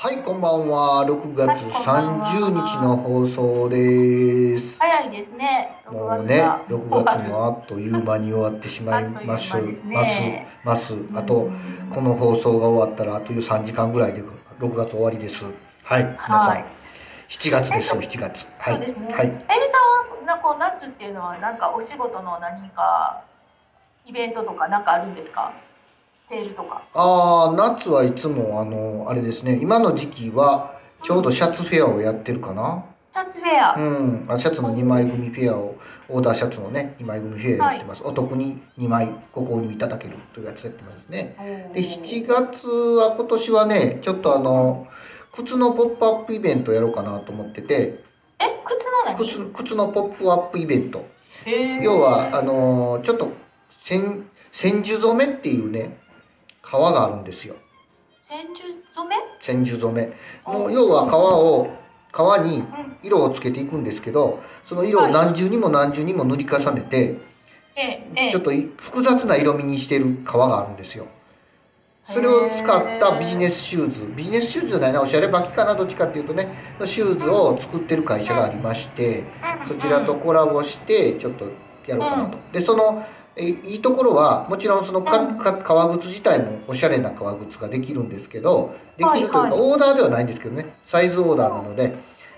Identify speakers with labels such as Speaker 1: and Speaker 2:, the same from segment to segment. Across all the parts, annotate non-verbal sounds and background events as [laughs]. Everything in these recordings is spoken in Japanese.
Speaker 1: はい、こんばんは。6月30日の放送です。
Speaker 2: 早いですね。
Speaker 1: もう
Speaker 2: 6月
Speaker 1: ね
Speaker 2: が、
Speaker 1: 6月もあっという間に終わってしまいます
Speaker 2: あっという間ですね
Speaker 1: ますます。あと、この放送が終わったら、あという3時間ぐらいで6月終わりです。はい、皆さん。
Speaker 2: はい
Speaker 1: 7月ですよ、7月。は
Speaker 2: そう
Speaker 1: い
Speaker 2: ですね。。
Speaker 1: は
Speaker 2: え
Speaker 1: い。
Speaker 2: みさんはなんかこう夏っていうのはなんかお仕事の何かイベントとかなんかあるんですか？セールとか。
Speaker 1: ああ、夏はいつも、あの、あれですね、今の時期は、ちょうどシャツフェアをやってるかな。
Speaker 2: シャツフェア。
Speaker 1: うん、あシャツの2枚組フェアをオーダーシャツのね2枚組フェアやってます、お得に2枚ご購入いただけるというやつやってますねで7月は今年はねちょっとあの靴のポップアップイベントやろうかなと思ってて
Speaker 2: え靴の何？
Speaker 1: 靴靴のポップアップイベント
Speaker 2: へー
Speaker 1: 要はあのちょっと千千住染めっていうね革があるんですよ
Speaker 2: 千住染め？
Speaker 1: 千住染めもう要は革を革に色をつけていくんですけどその色を何重にも何重にも塗り重ねて
Speaker 2: ええええ
Speaker 1: ちょっとい複雑な色味にしてる革があるんですよそれを使ったビジネスシューズビジネスシューズじゃないなおしゃればきかなどっちかっていうとねのシューズを作ってる会社がありまして
Speaker 2: うん
Speaker 1: そちらとコラボしてちょっとやろうかなとでそのえいいところはもちろんそのか
Speaker 2: うん
Speaker 1: か革靴自体もおしゃれな革靴ができるんですけどできるというか、
Speaker 2: はいはい
Speaker 1: オーダーではないんですけどねサイズオーダーなので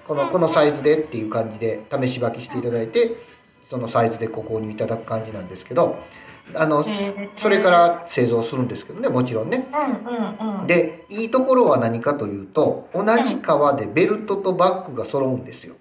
Speaker 1: こ
Speaker 2: う
Speaker 1: の
Speaker 2: ん
Speaker 1: このサイズでっていう感じで試し履きしていただいてそのサイズでご購入いただく感じなんですけどあの
Speaker 2: へー
Speaker 1: それから製造するんですけどねもちろんね。
Speaker 2: うんうんうん。
Speaker 1: でいいところは何かというと同じ革でベルトとバッグが揃うんですよ。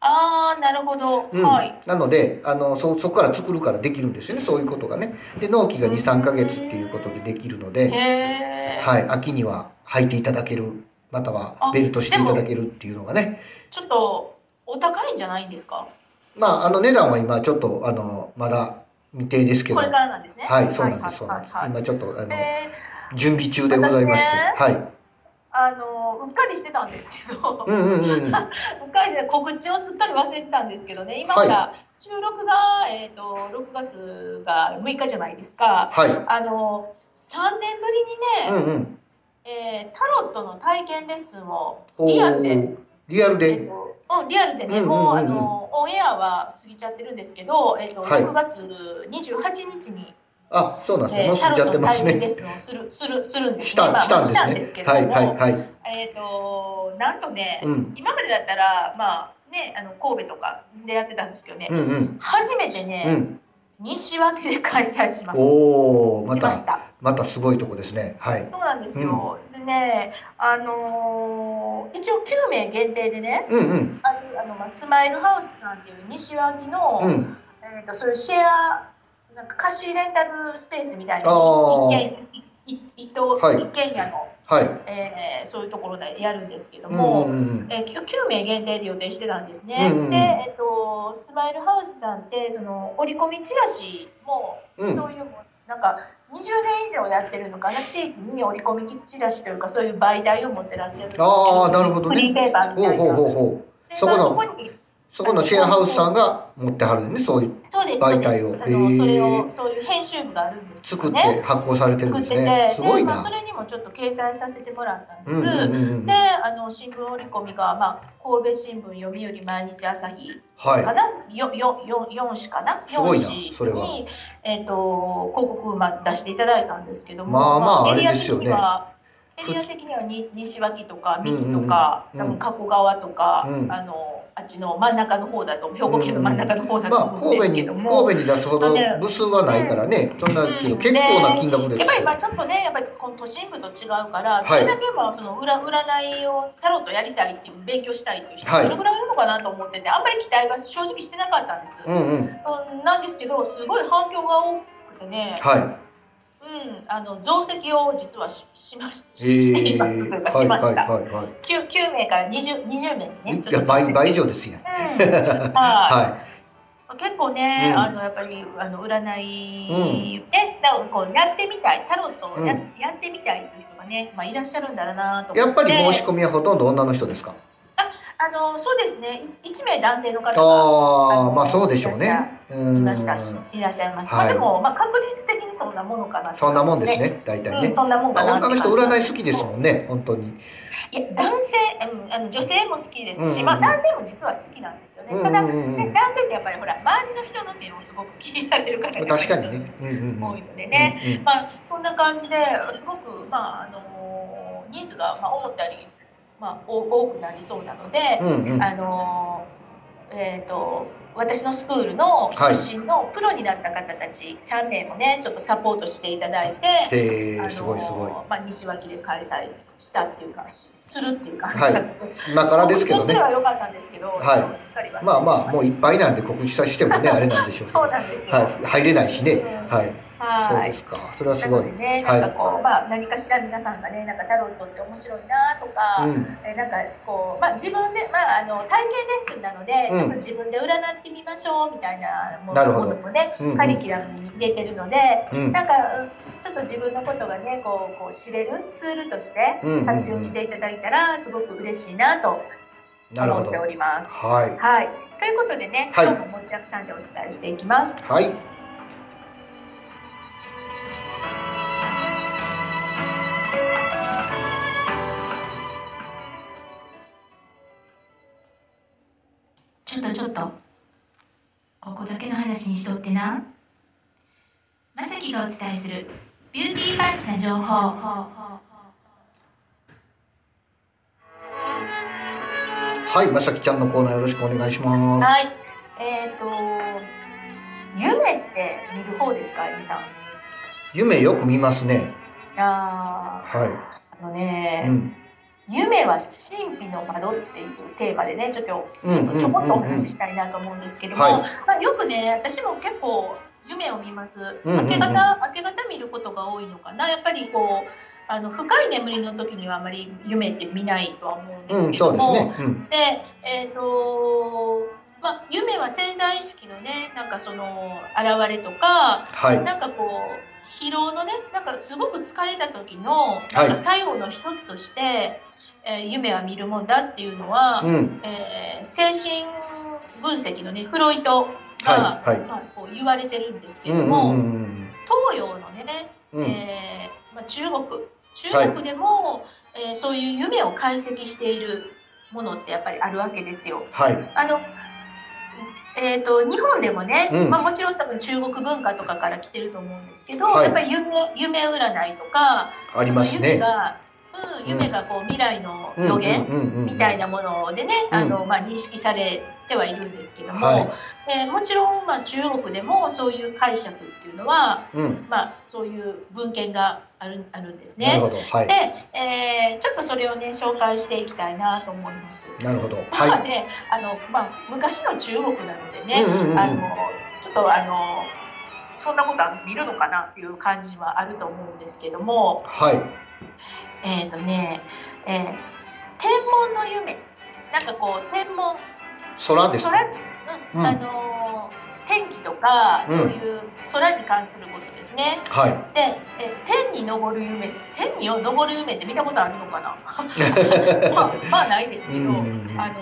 Speaker 2: ああなるほど。
Speaker 1: うん
Speaker 2: はい。
Speaker 1: なのであのそそこから作るからできるんですよねそういうことがね。で納期が23ヶ月っていうことでできるので、
Speaker 2: へえ。
Speaker 1: はい、秋には履いていただけるまたは
Speaker 2: あ
Speaker 1: ベルトしていただけるっていうのがね
Speaker 2: ちょっとお高いんじゃないんですか？
Speaker 1: まああの値段は今ちょっとあのまだ未定ですけど
Speaker 2: これからなんですね。
Speaker 1: はいそうなんですそうなんです
Speaker 2: はいはい
Speaker 1: 今
Speaker 2: はい
Speaker 1: ちょっとあの
Speaker 2: えー
Speaker 1: 準備中でございましては
Speaker 2: 私
Speaker 1: い
Speaker 2: あのうっかりしてたんですけど、
Speaker 1: うんうんうん
Speaker 2: うっかりして告知をすっかり忘れてたんですけどね今から、収録が、えー、と6月が6日じゃないですか
Speaker 1: は
Speaker 2: あの3
Speaker 1: い
Speaker 2: 年
Speaker 1: う
Speaker 2: ぶりに
Speaker 1: ん
Speaker 2: ね、
Speaker 1: うん
Speaker 2: えータロットの体験レッスンを
Speaker 1: お
Speaker 2: リアルで、
Speaker 1: ーリアル
Speaker 2: えー
Speaker 1: で
Speaker 2: とうんリアルでね、
Speaker 1: うんうんうんうん
Speaker 2: もうあのオンエアは過ぎちゃってるんですけど、えーと
Speaker 1: はい
Speaker 2: 6月28日に、
Speaker 1: あそうなんです
Speaker 2: え
Speaker 1: もう
Speaker 2: ータ
Speaker 1: 過ぎちゃ
Speaker 2: ロッ
Speaker 1: って
Speaker 2: トの
Speaker 1: ま
Speaker 2: 体
Speaker 1: す
Speaker 2: 験レ
Speaker 1: ね
Speaker 2: ッスンをするするするんです
Speaker 1: し
Speaker 2: ね
Speaker 1: た
Speaker 2: 今
Speaker 1: したん
Speaker 2: したん
Speaker 1: で
Speaker 2: です
Speaker 1: す
Speaker 2: け
Speaker 1: ね
Speaker 2: れど
Speaker 1: はい
Speaker 2: も。
Speaker 1: はいはい
Speaker 2: えっ、となんとね、
Speaker 1: うん
Speaker 2: 今までだったらまあねあの神戸とかでやってたんですけどね、
Speaker 1: うんうん
Speaker 2: 初めて
Speaker 1: う
Speaker 2: ね、
Speaker 1: ん
Speaker 2: 西脇で開催します。
Speaker 1: おおま
Speaker 2: 来ま
Speaker 1: た
Speaker 2: した。
Speaker 1: またすごいとこですねはい
Speaker 2: そうなんですよ。でね、あのー一応9名限定でね、
Speaker 1: うんうん
Speaker 2: あのあのまあスマイルハウスさんっていう西脇の、
Speaker 1: うん
Speaker 2: えっ、とそういうシェアなんか貸しレンタルスペースみたいな
Speaker 1: あー
Speaker 2: 一軒いい一棟、
Speaker 1: はい
Speaker 2: 一軒家の、
Speaker 1: はい
Speaker 2: えーそういうところでやるんですけど
Speaker 1: うん
Speaker 2: も。
Speaker 1: うんうん
Speaker 2: えー、きゅ 9, 名限定で予定してたんですね。
Speaker 1: うんうんうん
Speaker 2: で、えっと、スマイルハウスさんってその折り込みチラシも、
Speaker 1: うん
Speaker 2: そういうもなんか20年以上やってるのかな地域に折り込みチラシというかそういう媒体を持ってらっしゃるんですけど
Speaker 1: あーなるほどね
Speaker 2: フリーペーパーみ
Speaker 1: ほう
Speaker 2: たいな。
Speaker 1: ほうほうほう
Speaker 2: で
Speaker 1: そこ
Speaker 2: まあそ
Speaker 1: の
Speaker 2: こに
Speaker 1: そこのシェアハウスさんが持ってはるんでねそういう
Speaker 2: そうです
Speaker 1: 媒体を
Speaker 2: そうですあの
Speaker 1: へー
Speaker 2: それをそういう編集部があるんです
Speaker 1: 作
Speaker 2: よ
Speaker 1: って
Speaker 2: ね。
Speaker 1: 発行されてるんで
Speaker 2: 作っ
Speaker 1: す
Speaker 2: てて
Speaker 1: ねすごい
Speaker 2: で、ま
Speaker 1: な
Speaker 2: あ、それにもちょっと掲載させてもらったんで
Speaker 1: うん
Speaker 2: す。
Speaker 1: うんうんうん
Speaker 2: であの新聞折り込みが、まあ、神戸新聞読売毎日朝日
Speaker 1: はい
Speaker 2: かな、よよよ四紙かな、
Speaker 1: すごいな
Speaker 2: 四紙
Speaker 1: それは
Speaker 2: にえっ、と広告をまあ出していただいたんですけども、
Speaker 1: まあまあ
Speaker 2: エリア
Speaker 1: あれですよね
Speaker 2: 的にはエリア的にはに西脇とか三木とか、
Speaker 1: うんうんうんうん
Speaker 2: 多分加古川とか、
Speaker 1: うん
Speaker 2: あのあっちの真ん中の方だと兵庫県の真ん中の方だと
Speaker 1: まあ
Speaker 2: 思う
Speaker 1: 神
Speaker 2: んで
Speaker 1: 戸に
Speaker 2: すけど
Speaker 1: 神
Speaker 2: も。
Speaker 1: 戸に出すほど部数はないからね、そんなけど
Speaker 2: うん
Speaker 1: 結構な金額で
Speaker 2: やっぱ
Speaker 1: す
Speaker 2: り
Speaker 1: よ
Speaker 2: ま。あちょっとねやっぱりこの都心部と違うから、
Speaker 1: い
Speaker 2: それだけまあその占占いをタロットやりたいっていう勉強したいっていう人、
Speaker 1: はい
Speaker 2: それぐらいいるのかなと思っててあんまり期待は正直してなかったんです。
Speaker 1: うんうん。
Speaker 2: うんなんですけどすごい反響が多くてね、
Speaker 1: は
Speaker 2: うん、あの増席を実はししまし [laughs]
Speaker 1: い。
Speaker 2: していま
Speaker 1: え
Speaker 2: す
Speaker 1: ー
Speaker 2: というか
Speaker 1: は
Speaker 2: し
Speaker 1: い
Speaker 2: ま
Speaker 1: は
Speaker 2: し
Speaker 1: い
Speaker 2: た。
Speaker 1: はいは
Speaker 2: 九九名から二十二十名
Speaker 1: い。
Speaker 2: にね。
Speaker 1: いや倍 [laughs] 倍以上ですやん。
Speaker 2: うん、は。
Speaker 1: はい
Speaker 2: 結構ね、
Speaker 1: うん
Speaker 2: あのやっぱりあの占いね、なんかこうやってみたい、タロットをや,、やってみたいという人がね、まあいらっしゃるんだなと
Speaker 1: い。や
Speaker 2: 思
Speaker 1: っぱ
Speaker 2: って。
Speaker 1: り申し込みはほとんど女の人ですか。
Speaker 2: あの、そうですね。い一名男性の方が。
Speaker 1: あ
Speaker 2: あ
Speaker 1: あ、
Speaker 2: の
Speaker 1: まあそうでしょうね。う
Speaker 2: い
Speaker 1: ん。
Speaker 2: ましたし、いらっしゃいました。
Speaker 1: はい
Speaker 2: まあでも、まあ、確率的にそんなものかなって
Speaker 1: そんなもんです。ね、大体
Speaker 2: う
Speaker 1: ね
Speaker 2: ん、。そんなもんかなって
Speaker 1: 女の
Speaker 2: 感じ
Speaker 1: 人占い好きですもんね、本当に。
Speaker 2: いや男性、うん、あの女性も好きですし、
Speaker 1: うん
Speaker 2: まあ、男性も実は好きなんですよね。
Speaker 1: うんうんうん
Speaker 2: ただ、ね、男性ってやっぱりほら周りの人の目をすごく気にされる方が
Speaker 1: 確かにね。うんうんうん。
Speaker 2: 多いのでね、
Speaker 1: うんうん
Speaker 2: まあ、そんな感じですごく、まあ、あの人数が、まあ、思ったより、まあ、お多くなりそうなので、
Speaker 1: うんうん。
Speaker 2: あのえー、と私のスクールの
Speaker 1: はい
Speaker 2: 出身のプロになった方たち3名もねちょっとサポートしていただいて。
Speaker 1: へ
Speaker 2: あの
Speaker 1: え、すごいすごい。
Speaker 2: まあ、西脇で開催したっていうか、しするっていう感じ
Speaker 1: はい
Speaker 2: なんです [laughs] ね。
Speaker 1: 今からですけど
Speaker 2: 告知
Speaker 1: ね。
Speaker 2: は良かったんですけど、
Speaker 1: はい
Speaker 2: すっかり忘れて
Speaker 1: まあまあ、もういっぱいなんで告知さしてもね、あれなんでしょうけど。
Speaker 2: そう
Speaker 1: は
Speaker 2: なんですよ。
Speaker 1: い、入れないしね。はい。
Speaker 2: はい
Speaker 1: そうですか。それはす
Speaker 2: な
Speaker 1: ご
Speaker 2: の
Speaker 1: い。
Speaker 2: でね、なんか
Speaker 1: は
Speaker 2: こう、まあ、何かしら皆さんがね、なんかタロットって面白いなとか。
Speaker 1: い。うん。
Speaker 2: えなんかこうまあ、自分で、まあ、あの体験レッスンなので、
Speaker 1: うん
Speaker 2: ちょっと自分で占ってみましょうみたいなも
Speaker 1: なるほど
Speaker 2: ものもね、
Speaker 1: うんうん
Speaker 2: カリキュラムに入れてるので、
Speaker 1: うん。
Speaker 2: なんかうんちょっと自分のことがねこうこう知れるツールとして
Speaker 1: うんうんうん
Speaker 2: 活用していただいたらすごく嬉しいなと
Speaker 1: なるほ
Speaker 2: 思っ
Speaker 1: ど
Speaker 2: て。おります。
Speaker 1: はい。
Speaker 2: はい、ということでね、
Speaker 1: はい
Speaker 2: 今日も盛りだくさんでお伝えしていきます。
Speaker 1: はい。
Speaker 3: ちょっとちょっと。ここだけの話にしとってな。まさきがお伝えするビューティーパンチな情報。
Speaker 1: はい。まさきちゃんのコーナーよろしくお願いします。
Speaker 2: はい、えっ、と夢って見る方ですか、エミさん。
Speaker 1: 夢よく見ますね。
Speaker 2: あー
Speaker 1: は
Speaker 2: あのね
Speaker 1: い。う、ん。
Speaker 2: 夢は神秘の窓っていうテーマでねちょっと
Speaker 1: うんうんうんうん
Speaker 2: ちょこっとお話ししたいなと思うんですけども、
Speaker 1: はい
Speaker 2: まあ、よくね私も結構夢を見ます
Speaker 1: うんうんうん
Speaker 2: 明け方明け方見ることが多いのかなやっぱりこうあの深い眠りの時にはあまり夢って見ないとは思うんで
Speaker 1: う
Speaker 2: す
Speaker 1: ん、
Speaker 2: けど
Speaker 1: そうです
Speaker 2: も、
Speaker 1: ね。うん。
Speaker 2: でえっ、とまあ夢は潜在意識のねなんかその現れとか
Speaker 1: はい。
Speaker 2: なんかこう疲労のねなんかすごく疲れた時のなんか最後の一つとして、えー夢は見るもんだっていうのは、
Speaker 1: うん。
Speaker 2: えー精神分析のねフロイトが、
Speaker 1: はい。はい。
Speaker 2: まあ、こう言われてるんですけ
Speaker 1: う
Speaker 2: ど
Speaker 1: んう
Speaker 2: も、
Speaker 1: んうん
Speaker 2: 東洋のね、
Speaker 1: うん。うん。
Speaker 2: えーまあ、中国中国でも、えーそういう夢を解析しているものってやっぱりあるわけですよ。
Speaker 1: はい。
Speaker 2: あのえー、と日本でもね、
Speaker 1: うん
Speaker 2: まあ、もちろん多分中国文化とかから来てると思うんですけど、
Speaker 1: はい
Speaker 2: やっぱり夢夢占いとか
Speaker 1: あります
Speaker 2: 夢
Speaker 1: ね。
Speaker 2: が、うん、夢がこう未来の予言みた
Speaker 1: な。
Speaker 2: いなものでね、
Speaker 1: うん
Speaker 2: あのまあ、認識されてはいるんですけども、
Speaker 1: はい
Speaker 2: えーもちろん、まあ、中国でもそういう解釈っていうのは、
Speaker 1: うん。
Speaker 2: まあ、そういう文献があるあるんです
Speaker 1: なる
Speaker 2: ね。
Speaker 1: ほど。は
Speaker 2: で、えーちょっとそれをね紹介していきたいなと思います。
Speaker 1: い。なるほど。
Speaker 2: まあ
Speaker 1: は
Speaker 2: ね、あのまあ昔の中国なので
Speaker 1: い。う
Speaker 2: ね、
Speaker 1: んうんうん。
Speaker 2: あのちょっとあのそんなことは見るのかなっていう感じはあると思うんですけども、
Speaker 1: はい。
Speaker 2: えっ、とね、えー天文の夢、なんかこう天文
Speaker 1: 空ですか。
Speaker 2: うん
Speaker 1: うん
Speaker 2: あの天気とか
Speaker 1: うん
Speaker 2: そういう空に関することですね。
Speaker 1: はい。
Speaker 2: で、え天に昇る夢、天に昇る夢って見たことあるのかな？ [laughs] まあまあないですけど。
Speaker 1: うん
Speaker 2: あの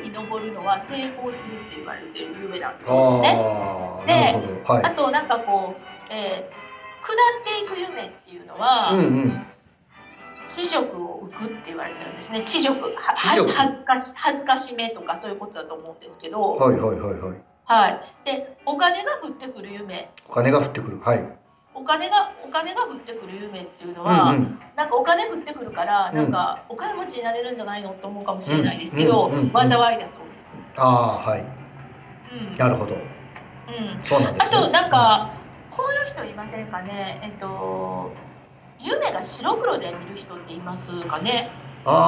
Speaker 2: 天に昇るのは成功するって言われてる夢なんですよね。
Speaker 1: ああ、
Speaker 2: で
Speaker 1: なるほど。は
Speaker 2: あ
Speaker 1: い。
Speaker 2: となんかこう、えー下っていく夢っていうのは、
Speaker 1: うんうん。
Speaker 2: 地辱を浮くって言われてるんですね。地辱、は
Speaker 1: 恥辱
Speaker 2: 恥ずかし恥ずかしめとかそういうことだと思うんですけど、はい。
Speaker 1: はいはいはいはい。
Speaker 2: でお金が降ってくる夢、
Speaker 1: お金が降ってくる。はい。
Speaker 2: お金がお金が降ってくる夢っていうのは、
Speaker 1: うんうん。
Speaker 2: なんかお金降ってくるから、
Speaker 1: うん
Speaker 2: なんかお金持ちになれるんじゃないのと思うかもしれないですけど、
Speaker 1: うんうんうんうん
Speaker 2: 災いだそうです。
Speaker 1: ああ、はい。
Speaker 2: う
Speaker 1: なるほど。
Speaker 2: ん。うん。
Speaker 1: そうなんで
Speaker 2: あ
Speaker 1: すね。
Speaker 2: となんかこういう人いませんかねえっと夢が白黒で見る人っていますかね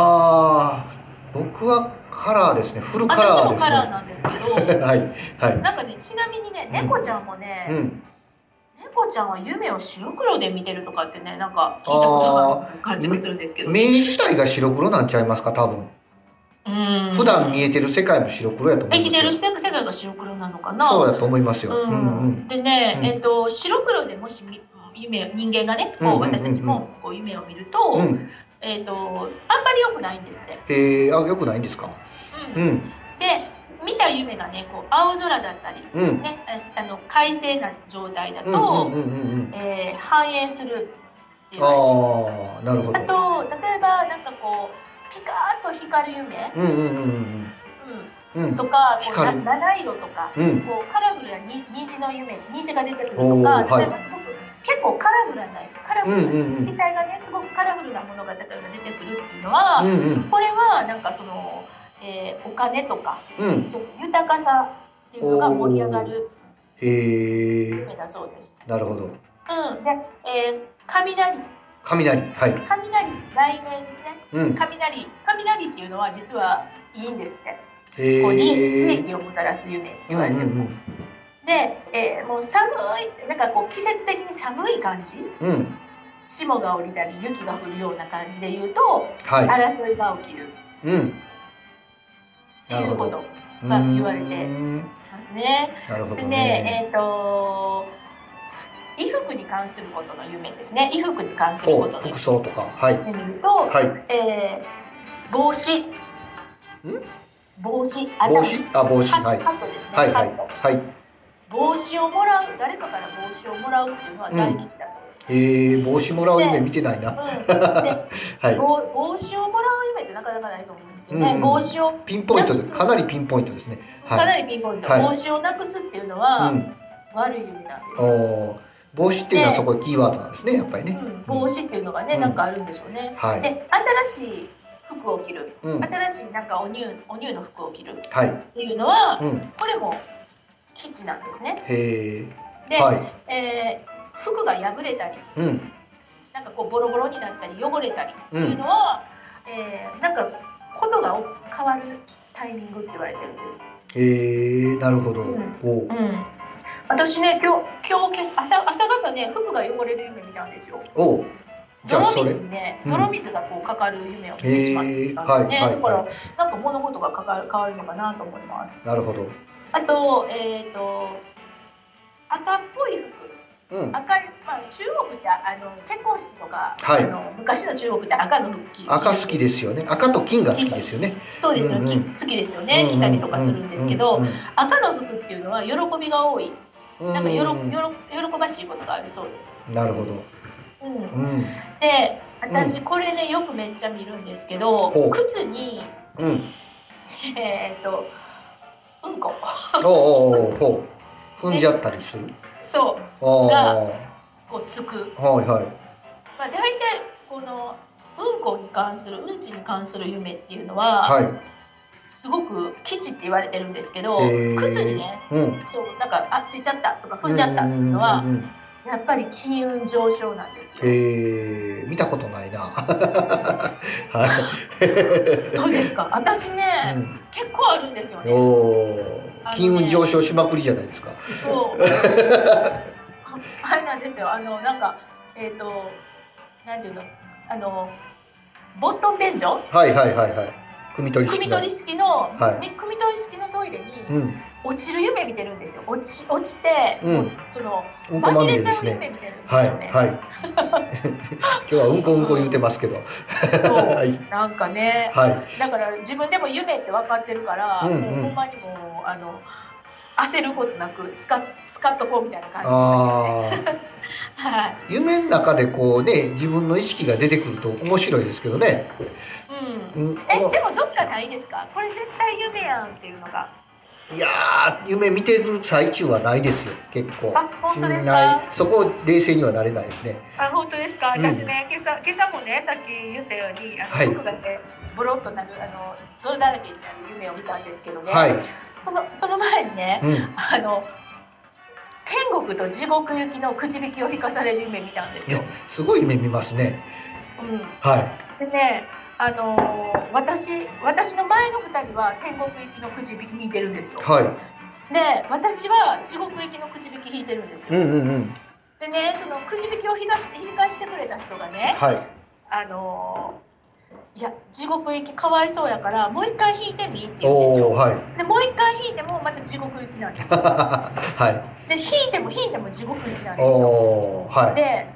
Speaker 1: ああ、僕はカラーですね。フルカラー
Speaker 2: 私
Speaker 1: で
Speaker 2: も
Speaker 1: す
Speaker 2: カラー
Speaker 1: ね。
Speaker 2: なんですけ
Speaker 1: [laughs]
Speaker 2: ど
Speaker 1: はいはい。
Speaker 2: なんかねちなみにね猫ちゃんもね、
Speaker 1: うん。
Speaker 2: 猫ちゃんは夢を白黒で見てるとかってねなんか聞いたことがある感じがするんですけど
Speaker 1: 目自体が白黒なんちゃいますか、多分。
Speaker 2: うん
Speaker 1: 普段見えてる世界も白黒やと思
Speaker 2: 生
Speaker 1: い
Speaker 2: き
Speaker 1: ます
Speaker 2: て
Speaker 1: よ
Speaker 2: る。世界が白黒なのかな
Speaker 1: そうだと思いますよ。う
Speaker 2: うん
Speaker 1: うん。
Speaker 2: でね、
Speaker 1: うん
Speaker 2: えっと白黒でもしみ夢人間がね
Speaker 1: うんうん
Speaker 2: こ
Speaker 1: うん
Speaker 2: う
Speaker 1: うん
Speaker 2: 私たちもこう夢を見ると,、
Speaker 1: うん。
Speaker 2: えっとあんまり良くないんですって。
Speaker 1: へえ、あ、よくないんですか。
Speaker 2: う
Speaker 1: うん。
Speaker 2: で見た夢がねこう青空だったり、ね
Speaker 1: うん
Speaker 2: あの快晴な状態だと、
Speaker 1: うんうんうんうんうん。
Speaker 2: えー反映するっていうあ
Speaker 1: ああ、なるほど。
Speaker 2: と例えばなんかこうピカーッと光る夢、
Speaker 1: うんうんうんうんうん。う
Speaker 2: うん
Speaker 1: ん
Speaker 2: と。かこうな
Speaker 1: 光る
Speaker 2: 七色とか、
Speaker 1: うん
Speaker 2: こうカラフルなに虹の夢虹が出てくる
Speaker 1: お
Speaker 2: とか
Speaker 1: ー
Speaker 2: 例えばすごく、結構カラフルなカラフ
Speaker 1: うんうんう
Speaker 2: ル
Speaker 1: ん
Speaker 2: な色彩がねすごくカラフルなものが例えば出てくるっていうのは、
Speaker 1: うんうん
Speaker 2: これはなんかその、えーお金とか
Speaker 1: うん。
Speaker 2: そう豊かさっていうのが盛り上がる
Speaker 1: へえ。
Speaker 2: 夢だそうです。
Speaker 1: なるほど。
Speaker 2: うん、で、えー雷
Speaker 1: 雷。はい。
Speaker 2: 雷雷鳴ですね
Speaker 1: うん。
Speaker 2: 雷雷っていうのは実はいいんですって
Speaker 1: へ
Speaker 2: こう
Speaker 1: え
Speaker 2: 利。益をもたらす夢って
Speaker 1: う
Speaker 2: 言
Speaker 1: ん
Speaker 2: われて
Speaker 1: う
Speaker 2: る
Speaker 1: んうん。
Speaker 2: で、えーもう寒いなんかこう季節的に寒い感じ
Speaker 1: うん。
Speaker 2: 霜が降りたり雪が降るような感じで言うと
Speaker 1: は
Speaker 2: 争いが起きるっ
Speaker 1: い。うん。
Speaker 2: て
Speaker 1: なる
Speaker 2: いう
Speaker 1: ほ
Speaker 2: こ
Speaker 1: ど。
Speaker 2: とまあ
Speaker 1: うーん
Speaker 2: 言われてですね。
Speaker 1: なるほど
Speaker 2: で
Speaker 1: ね。
Speaker 2: ねえっ、と衣服に関することの夢ですね衣服に関する
Speaker 1: お
Speaker 2: ことの
Speaker 1: 服装とか。はい。
Speaker 2: 夢で見ると、
Speaker 1: はい。
Speaker 2: えー帽子帽子あ
Speaker 1: 帽子あ、帽子。
Speaker 2: カ
Speaker 1: はい。
Speaker 2: ッカットですね、
Speaker 1: はいは
Speaker 2: カ
Speaker 1: い
Speaker 2: ット。
Speaker 1: はい。
Speaker 2: 帽子をもらう誰かから帽子をもらうっていうのは大吉だそうです。
Speaker 1: えー、帽子もらう夢見てないな。
Speaker 2: うん
Speaker 1: はい
Speaker 2: で。帽帽子をもらう夢ってなかなかないと思うんですけどね、
Speaker 1: うんうん
Speaker 2: 帽子を
Speaker 1: ピンポイントです。かなりピンポイントですね。
Speaker 2: か
Speaker 1: は。
Speaker 2: ないりピンポイント、
Speaker 1: はい
Speaker 2: 帽子をなくすっていうのは
Speaker 1: うん。
Speaker 2: 悪い夢なんですよ、
Speaker 1: おー帽子っていうのはそこキーワードなんですね、やっぱりね
Speaker 2: うん。帽子っていうのがね、
Speaker 1: うん
Speaker 2: なんかあるんでしょうね、
Speaker 1: はい
Speaker 2: で新しい服を着る、
Speaker 1: うん
Speaker 2: 新しいなんかお乳お乳の服を着るっ
Speaker 1: はい。
Speaker 2: ていうのは、
Speaker 1: うん。
Speaker 2: これも吉なんですね
Speaker 1: へえ。
Speaker 2: で、
Speaker 1: は
Speaker 2: えー服が破れたり
Speaker 1: うん。
Speaker 2: なんかこうボロボロになったり汚れたりっていうのは、えーなんかことが変わるタイミングって言われてるんです。
Speaker 1: へえ、なるほど。
Speaker 2: うん
Speaker 1: おう
Speaker 2: うん、私ね今日今日け朝朝方ね服が汚れる夢見たんですよ。
Speaker 1: おうじゃあそ
Speaker 2: 泥
Speaker 1: れ。
Speaker 2: 水にね、
Speaker 1: うん
Speaker 2: 泥水がこうかかる夢を見てしまったんです
Speaker 1: へーはい
Speaker 2: ね。
Speaker 1: はい
Speaker 2: だから、なんか物事がかかる変わるのかなと思います。
Speaker 1: なるほど。
Speaker 2: あとえっ、と赤っぽい服。
Speaker 1: うん。
Speaker 2: 赤い、まあ、中国ってあの結婚式とか、
Speaker 1: はい
Speaker 2: あの昔の中国って赤の服着る
Speaker 1: 赤好きですよね。赤と金が好きですよね。
Speaker 2: そうですよ、
Speaker 1: うんうん
Speaker 2: き好きですよね着たりとかするんですけど、
Speaker 1: うんうん
Speaker 2: 赤の服っていうのは喜びが多い
Speaker 1: うん
Speaker 2: なんかよろ、
Speaker 1: うん
Speaker 2: よろ喜ばしいことがあるそうです、
Speaker 1: なるほど。
Speaker 2: うん、で
Speaker 1: うん。
Speaker 2: 私これねよくめっちゃ見るんですけど、
Speaker 1: ほう
Speaker 2: 靴に
Speaker 1: うん。
Speaker 2: えーっとうんこ
Speaker 1: おうおうおうほう。踏んじゃったりする。
Speaker 2: そう
Speaker 1: あ
Speaker 2: が
Speaker 1: あ。
Speaker 2: こうつく、
Speaker 1: はいはい。
Speaker 2: まあ、大体このうんこに関するうんちに関する夢っていうのは、
Speaker 1: は
Speaker 2: すごく基地って言われてるんですけど
Speaker 1: へー
Speaker 2: 靴にね
Speaker 1: い。うん。
Speaker 2: そうなんかあついちゃったとか踏んじゃったっていうのは
Speaker 1: うんうんうんうん
Speaker 2: やっぱり金運上昇なんですよ。
Speaker 1: えー、見たことないな。
Speaker 2: そうですか。私ね、
Speaker 1: うん
Speaker 2: 結構あるんですよね。
Speaker 1: おー金運上昇しまくりじゃないですか。
Speaker 2: そう。あれなんですよ。あのなんかえっ、となんていうのあのボットン便所
Speaker 1: はいはいはいはい。組み取り
Speaker 2: 汲
Speaker 1: 式
Speaker 2: み
Speaker 1: の
Speaker 2: 取り式の、
Speaker 1: は
Speaker 2: はいみ汲み取り式のトイレに
Speaker 1: うん。
Speaker 2: 落ちる夢見てるんですよ。落ち落ちて、
Speaker 1: うん
Speaker 2: もうその
Speaker 1: うんこまみ
Speaker 2: 紛
Speaker 1: れ
Speaker 2: れ
Speaker 1: で
Speaker 2: ちゃ
Speaker 1: す
Speaker 2: う夢
Speaker 1: ね。
Speaker 2: 見てるんですよ
Speaker 1: はい
Speaker 2: ね。
Speaker 1: はい。 [laughs] 今日はうんこうんこ言うてますけど。は
Speaker 2: そ
Speaker 1: いう
Speaker 2: なんかね、
Speaker 1: はい。
Speaker 2: だから自分でも夢って分かってるから、
Speaker 1: うんうん
Speaker 2: もうほんまにもうあの焦ることなく使っ使っとこうみたいな感じ
Speaker 1: ああ。
Speaker 2: はい、
Speaker 1: 夢の中でこうね、自分の意識が出てくると面白いですけどね。
Speaker 2: う、
Speaker 1: うんん。
Speaker 2: え
Speaker 1: あ
Speaker 2: でも
Speaker 1: の
Speaker 2: どっかないですかこれ絶対夢やんっていうのが
Speaker 1: いやー、夢見てる最中はないですよ。結構。
Speaker 2: あ本当ですか
Speaker 1: ない。そこ冷静にはなれないですね。
Speaker 2: あ本当ですか
Speaker 1: うん
Speaker 2: 私ね、今朝今朝もねさっき言ったようにあの、
Speaker 1: はい
Speaker 2: 僕がねボロっとなるあの泥だらけになる夢を見たんですけどね、
Speaker 1: はい。
Speaker 2: そのその前にね、
Speaker 1: うん。
Speaker 2: あの天国と地獄行きのくじ引きを引かされる夢見たんですよ
Speaker 1: ね。、すごい夢見ますね。
Speaker 2: うん
Speaker 1: は
Speaker 2: でね、あのー私私の前の2人は天国行きのくじ引き引いてるんです
Speaker 1: い。
Speaker 2: よ。
Speaker 1: は
Speaker 2: で私は地獄行きのくじ引き引いてるんです
Speaker 1: い。う
Speaker 2: よ。
Speaker 1: んうんうん。
Speaker 2: でねそのくじ引きを引かして引かしてくれた人がね、
Speaker 1: はい。
Speaker 2: あのーいや地獄行きかわいそうやからもう一回引いてみって言うんです
Speaker 1: おお
Speaker 2: よ。
Speaker 1: はい。 [laughs]
Speaker 2: でもう一回引いてもまた地獄行きなんですよ。
Speaker 1: は
Speaker 2: で引いても引いても地獄行きなん
Speaker 1: い。
Speaker 2: ですよ。
Speaker 1: おおはい。
Speaker 2: で、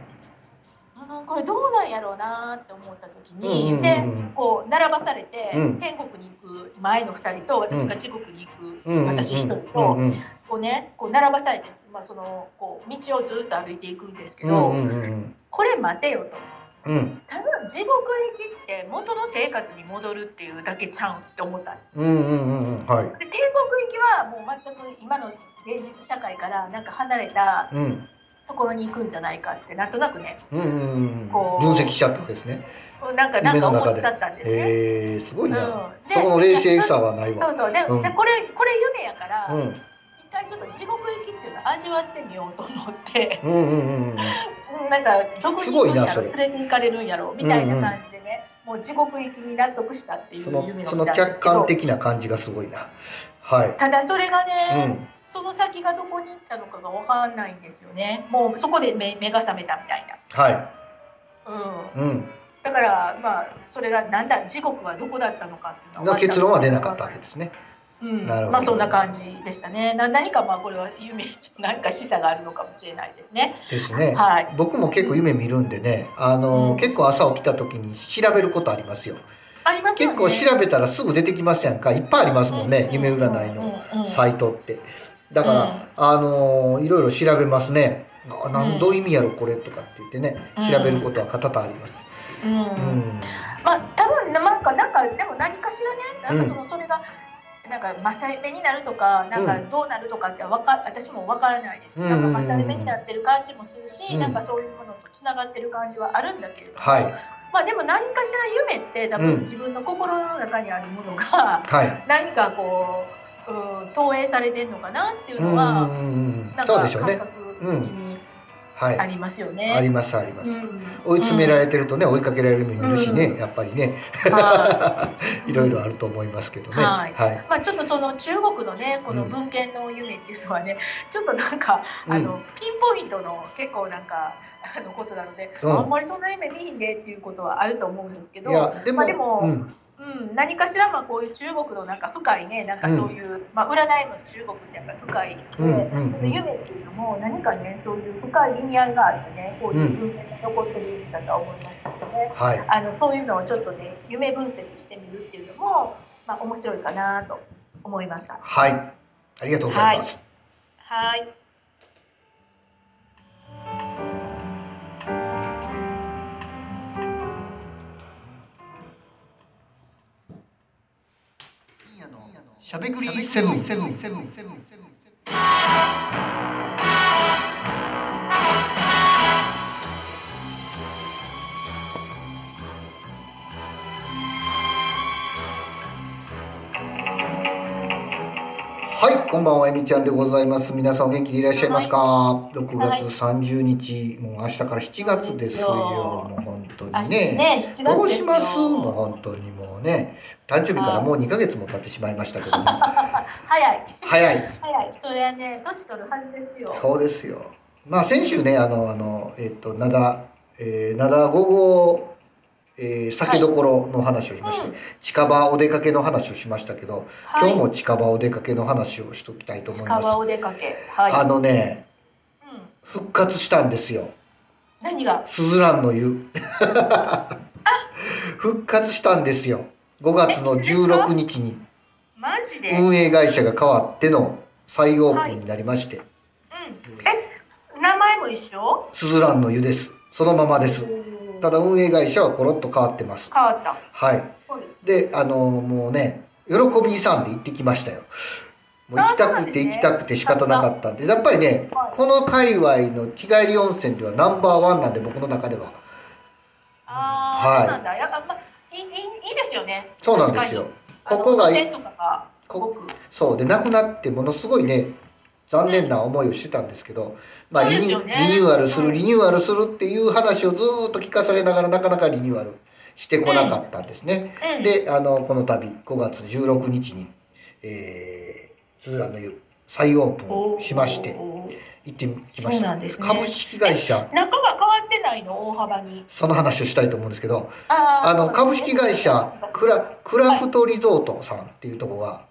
Speaker 2: うん、これどうなんやろうなーって思った時に、
Speaker 1: うんうんうんうん
Speaker 2: でこう並ばされて、
Speaker 1: うん
Speaker 2: 天国に行く前の2人と私が地獄に行く、
Speaker 1: うんうんうん
Speaker 2: 私1人と、
Speaker 1: うんうん
Speaker 2: こうねこう並ばされて、まあ、そのこう道をずっと歩いていくんですけ
Speaker 1: う
Speaker 2: ど、
Speaker 1: んうんうん
Speaker 2: これ待てよと。
Speaker 1: うん
Speaker 2: 多分地獄行きって元の生活に戻るっていうだけちゃうんって思ったんですよ。
Speaker 1: うんうんうんうんはい
Speaker 2: で天国行きはもう全く今の現実社会からなんか離れた
Speaker 1: うん
Speaker 2: ところに行くんじゃないかってなんとなくね
Speaker 1: うんうんうん
Speaker 2: こう
Speaker 1: 分析しちゃったわけですね
Speaker 2: なんかな
Speaker 1: 夢
Speaker 2: んか
Speaker 1: の
Speaker 2: 思
Speaker 1: 中
Speaker 2: っ
Speaker 1: で
Speaker 2: ちゃったんですね。
Speaker 1: へえすごいな
Speaker 2: うんで
Speaker 1: そこの冷静さはない
Speaker 2: そう
Speaker 1: わ
Speaker 2: そうで,、
Speaker 1: うん
Speaker 2: でこれこれ夢やから、
Speaker 1: うん
Speaker 2: 一回ちょっと地獄行きっていうのを味わってみようと思って、
Speaker 1: うんうんうんうん
Speaker 2: うんなんかどこに
Speaker 1: す
Speaker 2: 行
Speaker 1: ご
Speaker 2: く
Speaker 1: い
Speaker 2: んや
Speaker 1: な
Speaker 2: ろ
Speaker 1: そ
Speaker 2: 連れて行かれるんやろみたいな感じでね、もう地獄行きに納得したっていう
Speaker 1: そ
Speaker 2: 夢を
Speaker 1: の
Speaker 2: 見た
Speaker 1: そ
Speaker 2: ん
Speaker 1: の
Speaker 2: ですけど
Speaker 1: 客観的な感じがすごいなはい
Speaker 2: ただそれがね、
Speaker 1: うん
Speaker 2: その先がどこに行ったのかが分かんないんですよねもうそこで目目が覚めたみたいな。
Speaker 1: は
Speaker 2: うん、
Speaker 1: いうん
Speaker 2: だからまあそれがなんだ時刻はどこだったのかっていうの
Speaker 1: が結論は出なかったわけ
Speaker 2: ど、
Speaker 1: ですね
Speaker 2: うん、
Speaker 1: なるほど
Speaker 2: まあそんな感じでしたねな何かまあこれは夢何か示唆があるのかもしれないですね
Speaker 1: ですね
Speaker 2: はい
Speaker 1: 僕も結構夢見るんでねあの
Speaker 2: うん
Speaker 1: 結構朝起きた時に調べることありますよ
Speaker 2: ありますよ
Speaker 1: 結
Speaker 2: ね
Speaker 1: 構調べたらすぐ出てきますやんかいっぱいありますもんね夢占いの
Speaker 2: の
Speaker 1: サイトって。だから、あのーいろいろ調べますね。あなんどういう意味やろこれとかって言ってね
Speaker 2: うん
Speaker 1: 調べることは方々あります。
Speaker 2: うん、うん
Speaker 1: うん
Speaker 2: まあ多分なんかなんかでも何かしらねなんかそのそれがなんか勝目になるとかなんかどうなるとかってわか私もわからないです。
Speaker 1: うん
Speaker 2: なんか勝目になってる感じもするし、
Speaker 1: うん
Speaker 2: なんかそういうものとつながってる感じはあるんだけれども、
Speaker 1: はい
Speaker 2: まあでも何かしら夢って多
Speaker 1: うん
Speaker 2: 分自分の心の中にあるものが
Speaker 1: はい。
Speaker 2: 何かこう、うん投影されてるのかなっていう
Speaker 1: うんう
Speaker 2: の
Speaker 1: ん
Speaker 2: は
Speaker 1: うんう
Speaker 2: なんんか
Speaker 1: そうで
Speaker 2: 感
Speaker 1: しょう
Speaker 2: 覚
Speaker 1: ね
Speaker 2: 的。に
Speaker 1: はい、
Speaker 2: ありますよ
Speaker 1: あ
Speaker 2: ね。
Speaker 1: りますあります。
Speaker 2: うん
Speaker 1: 追い詰められてるとね追いかけられる夢見るしね、やっぱりね
Speaker 2: うんはい
Speaker 1: いろいろあると思いますけどね。
Speaker 2: はい
Speaker 1: はい。
Speaker 2: まあ、ちょっとその中国のねこの
Speaker 1: うん
Speaker 2: 文献の夢っていうのはね、 [laughs] ちょっとなんか、
Speaker 1: うん
Speaker 2: あのピンポイントの結構なんか [laughs] あのことなので、
Speaker 1: うん
Speaker 2: あんまりそんな夢見ひんでっていうことはあると思うんですけど
Speaker 1: いやでも,、
Speaker 2: まあでも
Speaker 1: うん、
Speaker 2: うん、何かしらまあこういう中国のなんか深いねなんかそういう、まあ、占いも中国ってやっぱり深いの
Speaker 1: うん
Speaker 2: で、
Speaker 1: うんうん
Speaker 2: 夢っていうのも何かねそういう深い意味合いがあってねこういう
Speaker 1: うん
Speaker 2: 文献が残ってるんだとは思いますけどね。
Speaker 1: はい
Speaker 2: あのそういうのをちょっとね夢分析してみるっていうのも、まあ、面白いかなと思いました。
Speaker 1: はいありがとうございます。
Speaker 2: はい
Speaker 1: しゃべくりセブンセブンセブンセブンセブンはい、こんばんは、えみちゃんでございます。皆さんお元気でいらっしゃいますか、?6 月30日、もう明日から7月ですよ。もう本当に
Speaker 2: 明日
Speaker 1: ね。
Speaker 2: ね7月
Speaker 1: どうします
Speaker 2: ですよ
Speaker 1: もう本当にもうね。誕生日からもう2ヶ月も経ってしまいましたけども。 [laughs]
Speaker 2: 早い
Speaker 1: 早い。
Speaker 2: 早いそれはね年取るはずですよ。
Speaker 1: そうですよ。まあ先週ね、あの、あの、えっ、と、灘、えー、灘午後、えー、酒どころの話をしまして、
Speaker 2: うん
Speaker 1: 近場お出かけの話をしましたけど、
Speaker 2: はい
Speaker 1: 今日も近場お出かけの話をしときたいと思い
Speaker 2: 近
Speaker 1: ます。
Speaker 2: 場お出かけはい。
Speaker 1: あのね、
Speaker 2: うん、
Speaker 1: 復活したんですよ。
Speaker 2: 何が
Speaker 1: スズランの
Speaker 2: [laughs]
Speaker 1: 湯。復活したんですよ。5月の16日に
Speaker 2: マジで、うん
Speaker 1: 運営会社が変わっての再オープンになりまして、
Speaker 2: え名前も一緒
Speaker 1: スズランの湯です。そのままです。
Speaker 2: 変
Speaker 1: ただ運営会社はコロッと変わってます。
Speaker 2: わった。
Speaker 1: はい。
Speaker 2: はい
Speaker 1: で、あのもうね、喜びさんで行ってきましたよ。もう行きたくて行きたくて仕方なかったんで、やっぱりね、
Speaker 2: はい
Speaker 1: この界隈の日帰り温泉ではナンバーワンなんで、僕の中では。
Speaker 2: あ
Speaker 1: は
Speaker 2: あ、
Speaker 1: い
Speaker 2: そうなんだ。やっぱ、まあ、いいいいいですよね。
Speaker 1: そうなんですよ
Speaker 2: 確かに
Speaker 1: ここが
Speaker 2: あの路線とかがすごく
Speaker 1: そうで、亡くなってものすごいね、残念な思いをしてたんですけど、まあリニ,、
Speaker 2: そうですよね
Speaker 1: リニューアルす
Speaker 2: う
Speaker 1: る、
Speaker 2: ん
Speaker 1: リニューアルするっていう話をずーっと聞かされながら、なかなかリニューアルしてこなかったんですね。
Speaker 2: うん
Speaker 1: で、あの、この度、5月16日に、えー、鈴蘭の湯、再オープンしまして、
Speaker 2: おー
Speaker 1: 行ってきました。
Speaker 2: そうなんですね
Speaker 1: 株式会社、
Speaker 2: 中は変わってないの大幅に。
Speaker 1: その話をしたいと思うんですけど、
Speaker 2: あー
Speaker 1: あの、
Speaker 2: そう
Speaker 1: 株
Speaker 2: ですね
Speaker 1: 式会社クラ、クラ
Speaker 2: は
Speaker 1: フトリゾートさんっていうとこが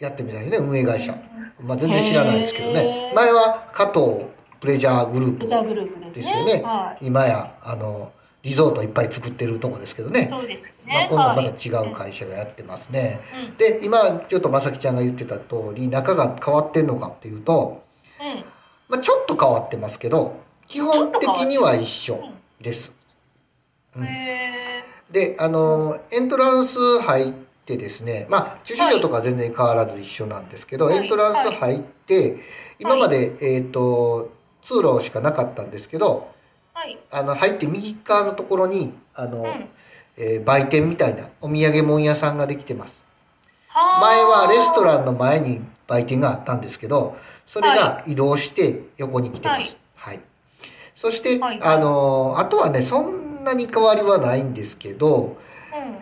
Speaker 1: やってみたいですね、運営会社。まあ、全然知らないですけど
Speaker 2: へ
Speaker 1: ね。
Speaker 2: ー
Speaker 1: 前は加藤プレジャーグルー
Speaker 2: いレジャー
Speaker 1: プ
Speaker 2: グループで
Speaker 1: ですす
Speaker 2: ね。
Speaker 1: よね
Speaker 2: は。い。
Speaker 1: 今や、あの、リゾートいっぱい作ってるとこですけどね。
Speaker 2: そうです
Speaker 1: まあ、
Speaker 2: ね。
Speaker 1: 今度はまた
Speaker 2: はい
Speaker 1: 違う会社がやってますね。
Speaker 2: うん
Speaker 1: で、今、ちょっとまさきちゃんが言ってた通り、中が変わってんのかっていうと、
Speaker 2: うん。
Speaker 1: まあ、ちょっと変わってますけど、基本的には一緒です。
Speaker 2: うんへ
Speaker 1: で、あのーエントランス入ってですね、まあ、駐車場とかは全然変わらず一緒なんですけど、
Speaker 2: はい
Speaker 1: エントランス入って、今まで、えっ、と、通路しかなかったんですけど、
Speaker 2: ーはい。
Speaker 1: あの、入って右側のところに、あの、
Speaker 2: うん。
Speaker 1: えー売店みたいなお土産物屋さんができてます。前
Speaker 2: は
Speaker 1: はレスト
Speaker 2: ン。
Speaker 1: ランの前に売店があったんですけど、それが移動して横に来てます。はい。そして、
Speaker 2: はい
Speaker 1: あのーあとはね、そんなに変わりはないんですけど、
Speaker 2: うん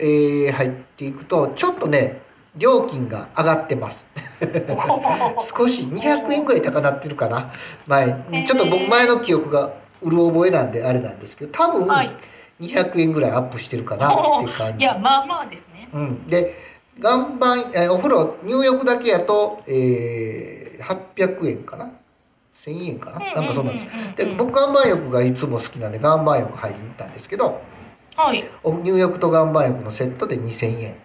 Speaker 1: えー入っていくと、ちょっとね、料金が上がってます。少し200円ぐらい高なってるかな。前、ちょっと僕前の記憶がうる覚えなんであれなんですけど、多分
Speaker 2: はい
Speaker 1: 200円ぐらいアップしてるかなっていう感
Speaker 2: い
Speaker 1: じ。
Speaker 2: や、まあまあですね。
Speaker 1: うん、で岩盤、えーお風呂入浴だけやと、えー800円かな1000円かななんかそうなんです
Speaker 2: うん
Speaker 1: で
Speaker 2: うんうんうん
Speaker 1: 僕岩盤浴がいつも好きなんで岩盤浴入りに行ったんですけど
Speaker 2: はい。
Speaker 1: お入浴と岩盤浴のセットで2000円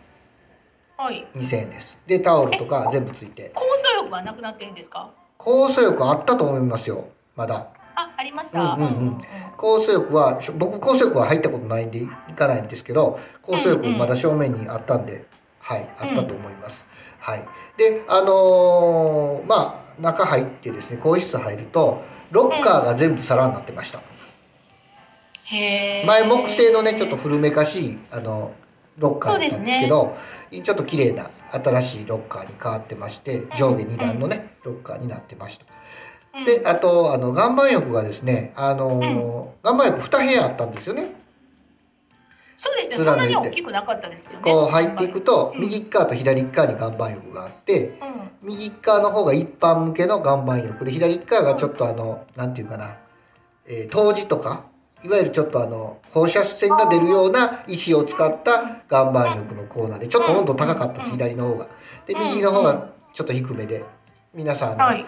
Speaker 2: はい。
Speaker 1: 2000円ですでタオルとか全部ついて
Speaker 2: 酵素浴はなくなってるんですか
Speaker 1: 酵素浴あったと思いますよまだ
Speaker 2: あ、ありました。
Speaker 1: うんうんうん酵素浴はしょ僕酵素浴は入ったことないんで行かないんですけど酵素浴まだ正面にあったんで、はいあったと思います、はいであのーまあ中入ってですね更衣室入るとロッカーが全部皿になってました、
Speaker 2: へー
Speaker 1: 前木製のねちょっと古めかしいあのロッカーだったんですけどちょっと綺麗な新しいロッカーに変わってまして上下2段のね、ロッカーになってました
Speaker 2: うん
Speaker 1: で、あと、あの、岩盤浴がですね、あのー岩盤浴2部屋あったんですよね。
Speaker 2: そうですよ。そんなに
Speaker 1: 貫い
Speaker 2: 大
Speaker 1: て
Speaker 2: きくなかったですよね。
Speaker 1: こう入っていくと、
Speaker 2: うん
Speaker 1: 右側と左側に岩盤浴があって、
Speaker 2: うん。
Speaker 1: 右側の方が一般向けの岩盤浴で、左側がちょっとあの、なんていうかな、えー、湯治とか、いわゆるちょっとあの、放射線が出るような石を使った岩盤浴のコーナーで、ちょっと温度高かったんです、
Speaker 2: うん
Speaker 1: 左の方が。で、
Speaker 2: うん
Speaker 1: 右の方がちょっと低めで、皆さんあの、
Speaker 2: はい。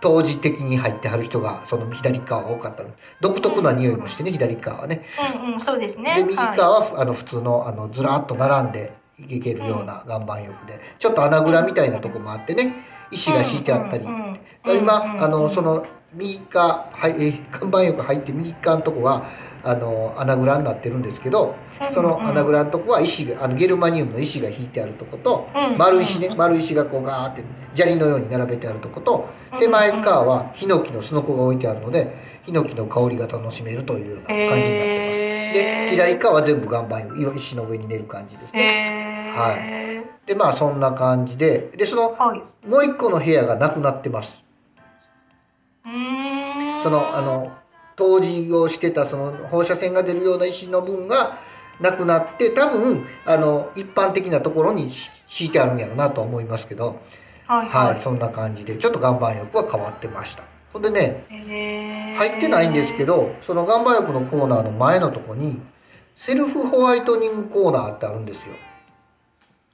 Speaker 1: 当時的に入ってはる人がその左側は多かったんです独特な匂いもしてね左側はね
Speaker 2: うんうん、そうですね。
Speaker 1: で右
Speaker 2: はい
Speaker 1: 側は、あの普通のあのずらっと並んでいけるような岩盤浴でちょっと穴蔵みたいなとこもあってね石が敷いてあったり、
Speaker 2: うんうんうんうんうん
Speaker 1: 今あのその右側はいえ岩盤浴入って右側のとこはあの穴蔵になってるんですけど
Speaker 2: うん
Speaker 1: その穴蔵のとこは石があのゲルマニウムの石が引いてあるとこと
Speaker 2: うん
Speaker 1: 丸石ね丸石がこうガーって砂利のように並べてあるとこと手前側はヒノキのすのこが置いてあるのでヒノキの香りが楽しめるというような感じになってます。
Speaker 2: へ
Speaker 1: で
Speaker 2: ー
Speaker 1: 左側は全部岩盤浴石の上に寝る感じですね。
Speaker 2: へー
Speaker 1: でまあそんな感じででその
Speaker 2: はい。
Speaker 1: もう一個の部屋がなくなってます。
Speaker 2: うーん
Speaker 1: そのあの当時をしてたその放射線が出るような石の分がなくなって多分あの一般的なところにし敷いてあるんやろうなとは思いますけど、
Speaker 2: はいは
Speaker 1: はい
Speaker 2: い。
Speaker 1: そんな感じでちょっと岩盤浴は変わってました。ほんでね
Speaker 2: 入
Speaker 1: 入ってないんですけ
Speaker 2: ど。
Speaker 1: どその岩盤浴のコーナーの前のとこにセルフホワイトニングコーナーってあるんですよ。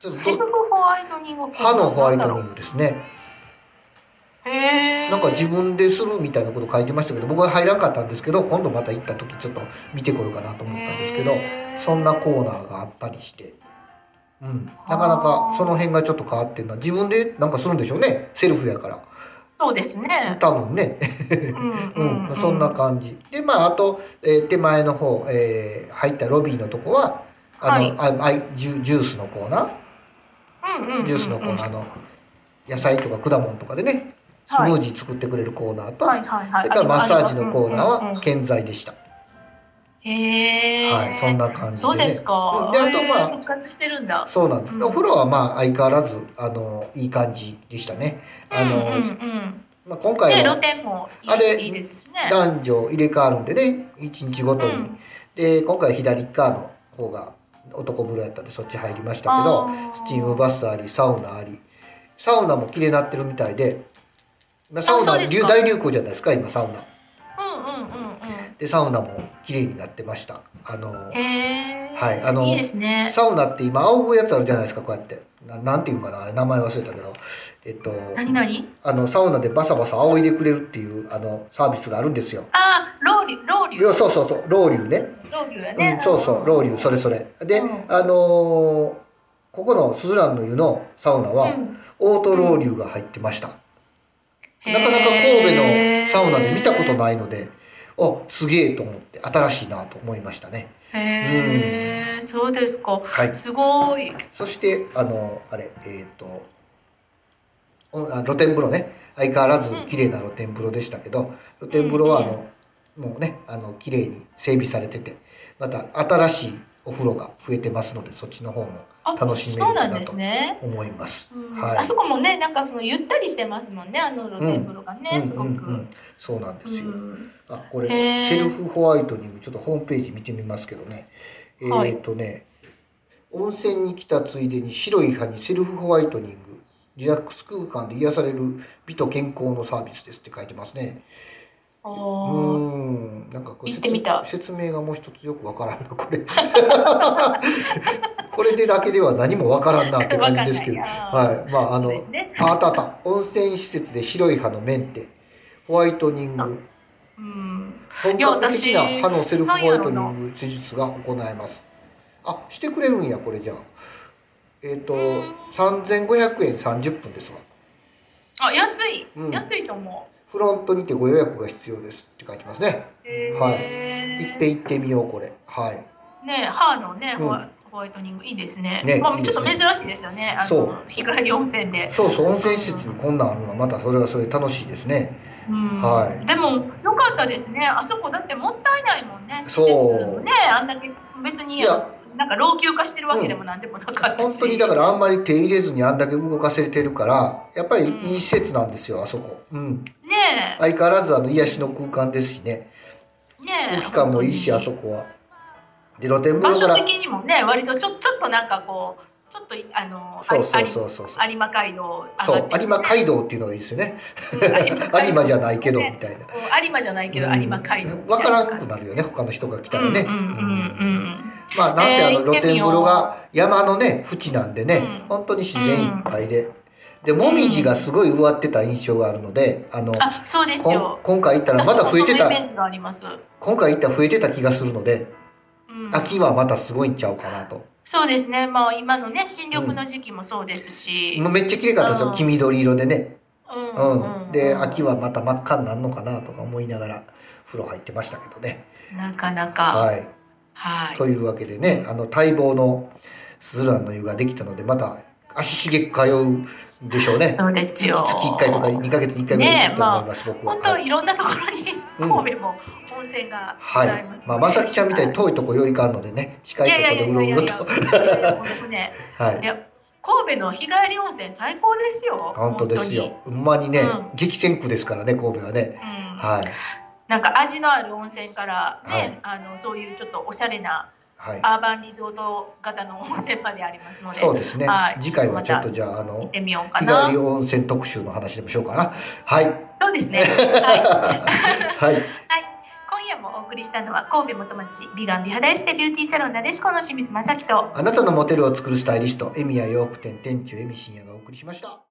Speaker 1: ちょっと
Speaker 2: セルフホワイトニング
Speaker 1: 歯のホワイトニ
Speaker 2: グ。
Speaker 1: ングですね。
Speaker 2: へー
Speaker 1: なんか自分でするみたいなこと書いてましたけど、僕は入らなかったんですけど、今度また行った時ちょっと見てこようかなと思ったんですけど
Speaker 2: へ、ー
Speaker 1: そんなコーナーがあったりして。うん。なかなかその辺がちょっと変わってんな。自分でなんかするんでしょうね。セルフやから。
Speaker 2: そうですね。
Speaker 1: 多分ね。 [laughs]
Speaker 2: う
Speaker 1: うん。そんな。感じ。で、まあ、あと、えー手前の方、えー入ったロビーのとこは、あの、ああいジュジュースのコーナー
Speaker 2: うんうんうんうん
Speaker 1: ジュースのコーナーの野菜とか果物とかでね、スムージー作ってくれるコーナーと、
Speaker 2: はいはいは
Speaker 1: そ
Speaker 2: い。
Speaker 1: れからマッサージのコーナ
Speaker 2: うんうん
Speaker 1: ー
Speaker 2: う
Speaker 1: は
Speaker 2: ん
Speaker 1: 健在でした。
Speaker 2: へえ。
Speaker 1: はい、そんな感じで
Speaker 2: そう
Speaker 1: ね。
Speaker 2: です
Speaker 1: う
Speaker 2: か
Speaker 1: ん。で、あと
Speaker 2: へー
Speaker 1: まあ、
Speaker 2: 復活してるんだ。
Speaker 1: そうなんです。
Speaker 2: うん
Speaker 1: お風呂はまあ相変わらずあのいい感じでしたね。あの、
Speaker 2: うんうんうん。
Speaker 1: まあ今
Speaker 2: で
Speaker 1: 回は
Speaker 2: 露天も
Speaker 1: あ
Speaker 2: い
Speaker 1: れ
Speaker 2: いいいですしね。
Speaker 1: 男女入れ替わるんでね、一日ごとに。
Speaker 2: うん
Speaker 1: で、今回左側の方が男風呂やったんでそっち入りましたけど
Speaker 2: あ、ー
Speaker 1: スチームバスあり、サウナあり、サウナも綺麗になってるみたいで、まあ、サウ
Speaker 2: あ
Speaker 1: ナ
Speaker 2: そうです
Speaker 1: 流
Speaker 2: か
Speaker 1: 大流行じゃないですか、今サウナ。
Speaker 2: うんうんうん
Speaker 1: で、サウナも綺麗になってました。あの、
Speaker 2: うん。へえ。
Speaker 1: はいあの
Speaker 2: いいですね。
Speaker 1: サウナって今仰ぐやつあるじゃないですかこうやってななんていうんかなあれ名前忘れたけどえっと
Speaker 2: 何何？
Speaker 1: あのサウナでバサバサ仰いでくれるっていうあのサービスがあるんですよ
Speaker 2: あー、ローリロー流
Speaker 1: そうそうそう、ロウリュね。
Speaker 2: ロウリュや
Speaker 1: う
Speaker 2: ね
Speaker 1: ん、。そうそう、ロウリュ、それそれ。で、
Speaker 2: うん
Speaker 1: あのーここのスズランの湯のサウナは、
Speaker 2: うん
Speaker 1: オートロウリュが入ってました。
Speaker 2: へー
Speaker 1: なかなか神戸のサウナで見たことないので、あ、すげえと思って、新しいなと思いましたね。
Speaker 2: へえ、そうですか。
Speaker 1: はい
Speaker 2: すごい。
Speaker 1: そして、あのーあれ、えっ、と、おあ露天風呂ね。相変わらず綺麗な露天風呂でしたけど、露天風呂はあの、もうね、あの、綺麗に整備されてて、また新しいお風呂が増えてますので、そっちの方も
Speaker 2: あ、
Speaker 1: 楽しめ
Speaker 2: そう
Speaker 1: る
Speaker 2: な
Speaker 1: か
Speaker 2: ん
Speaker 1: な
Speaker 2: で
Speaker 1: と
Speaker 2: すね。
Speaker 1: 思います。
Speaker 2: うん
Speaker 1: はい
Speaker 2: あ。そこもね、なんかそのゆったりしてますもんね、あの露天風呂がね、すご
Speaker 1: うんうんう
Speaker 2: く
Speaker 1: ん。、そうなんですよ。
Speaker 2: うん
Speaker 1: あこれ
Speaker 2: へー
Speaker 1: セルフホワイトニングちょっとホームページ見てみますけどねえっ、
Speaker 2: はい
Speaker 1: とね温泉に来たついでに白い歯にセルフホワイトニングリラックス空間で癒される美と健康のサービスですって書いてますね
Speaker 2: あ
Speaker 1: う
Speaker 2: ー
Speaker 1: ーんなんかこう
Speaker 2: 行ってみた
Speaker 1: 説明がもう一つよくわからんなこれ [laughs] これでだけでは何もわからんなって感じですけど
Speaker 2: わかんない
Speaker 1: はいまああの、
Speaker 2: そうですね
Speaker 1: ああったあった温泉施設で白い歯のメンテホワイトニング
Speaker 2: うん。
Speaker 1: 本格的ない
Speaker 2: や私
Speaker 1: 歯のセルフホワイトニ
Speaker 2: なんや
Speaker 1: ング手術が行えます。あ、してくれるんや、これじゃあ。えっ、と、3500円30分ですわ。
Speaker 2: あ、安い
Speaker 1: うん。
Speaker 2: 安いと思う。
Speaker 1: フロントにてご予約が必要ですって書いてますね。
Speaker 2: へー
Speaker 1: はいいっぺん行ってみよう、これ。はい。
Speaker 2: ね、歯のね、ホ
Speaker 1: う
Speaker 2: ワホワイトニングいいですね。
Speaker 1: ね
Speaker 2: ま
Speaker 1: い
Speaker 2: あ
Speaker 1: い
Speaker 2: ち
Speaker 1: で
Speaker 2: ょっ
Speaker 1: す
Speaker 2: と
Speaker 1: ね
Speaker 2: 珍しいですよね。あ
Speaker 1: そう
Speaker 2: の日帰り温泉で。
Speaker 1: そうそう、温泉施設にこんなんあるのは、またそれはそれで楽しいですね。
Speaker 2: うん
Speaker 1: はい
Speaker 2: でも良かったですね。あそこだってもったいないもんね。
Speaker 1: そう
Speaker 2: 施設もね、あんだけ別に
Speaker 1: いや
Speaker 2: なんか老朽化してるわけでもなんでもなかったし。
Speaker 1: 本当にだからあんまり手入れずにあんだけ動かせてるから、やっぱりいい施設なんですよ、あそこ。うん。
Speaker 2: ね
Speaker 1: 相変わらずあの癒しの空間ですしね。
Speaker 2: え、ねえ。
Speaker 1: 空気感もいいし、あそ
Speaker 2: こ。
Speaker 1: こは。で、露天
Speaker 2: 場
Speaker 1: 風呂から
Speaker 2: 所。的にもね、割とちょちょっとなんかこう、ちょっとあの
Speaker 1: そうそうそうそうそう
Speaker 2: あり有馬街道
Speaker 1: そ
Speaker 2: 上が
Speaker 1: う
Speaker 2: って、
Speaker 1: 有馬街道っていうのがいいですよね。
Speaker 2: 有馬街道
Speaker 1: 有馬じゃないけど、みたいな。
Speaker 2: こう有馬じゃないけど有馬街道みたいな感じ。
Speaker 1: わからんくなるよね、他の人が来た
Speaker 2: う
Speaker 1: ら
Speaker 2: んうん
Speaker 1: ね。
Speaker 2: うんうん。
Speaker 1: まあ、なんせあ
Speaker 2: えー
Speaker 1: の
Speaker 2: 行
Speaker 1: 露
Speaker 2: ってみ
Speaker 1: 天
Speaker 2: よう
Speaker 1: 風呂が山のね、縁なんでね
Speaker 2: う、ん
Speaker 1: 本当に自然いっぱいで。で、もみじがすごい植わってた印象があるので、あの、
Speaker 2: あ、そうです
Speaker 1: こん
Speaker 2: よ。
Speaker 1: 今回行ったらまだ増えて
Speaker 2: 私もそ
Speaker 1: た
Speaker 2: のイ、メージがあります。う
Speaker 1: 今回行ったら増えてた気がするので、
Speaker 2: ん、
Speaker 1: 秋はまたすごいんちゃうかなと。
Speaker 2: そうですね。まあ今のね新緑の時期もそうですし、
Speaker 1: もうめっちゃ綺麗かったですよ、
Speaker 2: うん
Speaker 1: 黄緑色でね。
Speaker 2: うん
Speaker 1: うん。で、秋はまた真っ赤になるのかなとか思いながら、風呂入ってましたけどね。
Speaker 2: なかなかはい。
Speaker 1: はい。というわけでね、あの待望のスズランの湯ができたので、また足しげく通うんでしょうね。
Speaker 2: そうですよ
Speaker 1: 月1回とか2ヶ月に1回ぐらい行
Speaker 2: ねえ
Speaker 1: くと
Speaker 2: ま
Speaker 1: 思
Speaker 2: あ
Speaker 1: います、僕は。
Speaker 2: 本当
Speaker 1: はい。
Speaker 2: いろんなところに
Speaker 1: うん
Speaker 2: 神戸も温泉がご
Speaker 1: はい
Speaker 2: ざいます、ね
Speaker 1: まあ、まさきちゃんみたいに
Speaker 2: は
Speaker 1: 遠いとこよいかんのでね、近い
Speaker 2: い
Speaker 1: と
Speaker 2: やいや
Speaker 1: こ
Speaker 2: い
Speaker 1: で
Speaker 2: やいう
Speaker 1: ろ
Speaker 2: や
Speaker 1: う
Speaker 2: いや
Speaker 1: ろと。
Speaker 2: いや僕ね
Speaker 1: はいい。
Speaker 2: や神戸の日帰り温泉最高ですよ。
Speaker 1: 本当ですよ
Speaker 2: 本。
Speaker 1: ほんまにね
Speaker 2: う、
Speaker 1: 激戦区ですからね、神戸はね。
Speaker 2: 当に。うん。
Speaker 1: はい。
Speaker 2: なんか味のある温泉からね、あのそういうちょっとおしゃれな
Speaker 1: はい。
Speaker 2: アーバンリゾート型の温泉までありますので、
Speaker 1: そうですね
Speaker 2: は。い
Speaker 1: 次回はちょっと
Speaker 2: ま
Speaker 1: じゃあ、あ
Speaker 2: た行っ
Speaker 1: の、
Speaker 2: てみようか
Speaker 1: 日
Speaker 2: な
Speaker 1: 帰り。温泉特集の話でもしようかな。はい。
Speaker 2: そうですね。
Speaker 1: [laughs]
Speaker 2: はい。
Speaker 1: はい。
Speaker 2: はい。今夜もお送りしたのは神戸元町美顔美肌エステビューティーサロンなでしこの清水正樹と
Speaker 1: あなたのモテルを作るスタイリスト、エミヤ洋服店店長エミシンヤがお送りしました。